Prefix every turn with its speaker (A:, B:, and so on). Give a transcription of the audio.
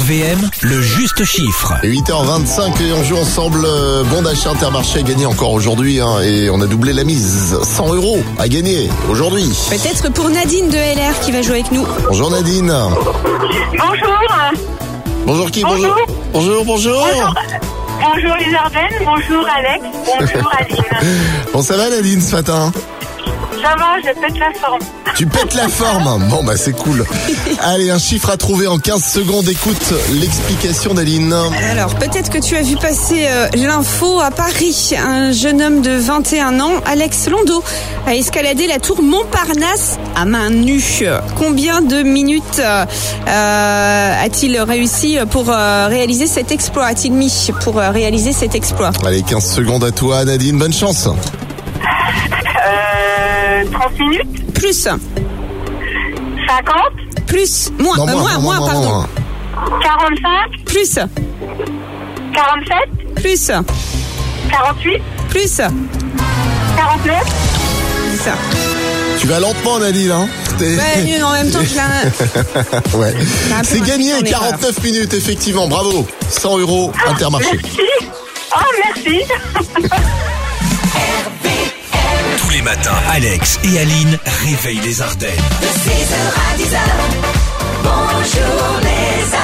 A: RVM, le juste chiffre.
B: 8h25 et on joue ensemble. euh, Bon d'achat Intermarché a gagné encore aujourd'hui hein, et on a doublé la mise. 100 euros à gagner aujourd'hui.
C: Peut-être pour Nadine de LR qui va jouer avec nous.
B: Bonjour Nadine.
D: Bonjour.
B: Bonjour qui Bonjour, bonjour.
D: Bonjour. Bonjour les Ardennes. Bonjour Alex. Bonjour Aline.
B: Bon ça va Nadine ce matin
D: Ça va, je pète la forme.
B: Tu pètes la forme. Bon bah c'est cool. Allez, un chiffre à trouver en 15 secondes. Écoute l'explication d'Aline.
C: Alors, peut-être que tu as vu passer euh, l'info à Paris. Un jeune homme de 21 ans, Alex Londo, a escaladé la tour Montparnasse à main nue. Combien de minutes euh, euh, a-t-il réussi pour euh, réaliser cet exploit A-t-il mis pour euh, réaliser cet exploit
B: Allez, 15 secondes à toi Nadine. Bonne chance.
D: Euh, 30 minutes
C: Plus,
D: 50
C: plus, moins,
B: Non,
C: euh, moins, moins, pardon.
B: moins.
D: 45
C: Plus,
D: 47
C: plus,
D: 48
C: plus. C'est
D: 49
C: ça.
B: Tu vas lentement Nadine. Hein. T'es-
C: Ouais, mais en même temps, je l'ai...
B: Ouais.
C: C'est un peu
B: C'est
C: rapide, on
B: gagné,
C: est pas là.
B: 49 minutes, effectivement. Bravo. 100 euros Intermarché.
D: Merci. Oh, merci.
A: Tous les matins, Alex et Aline réveillent les Ardennes.
E: De 6h à 10h, bonjour les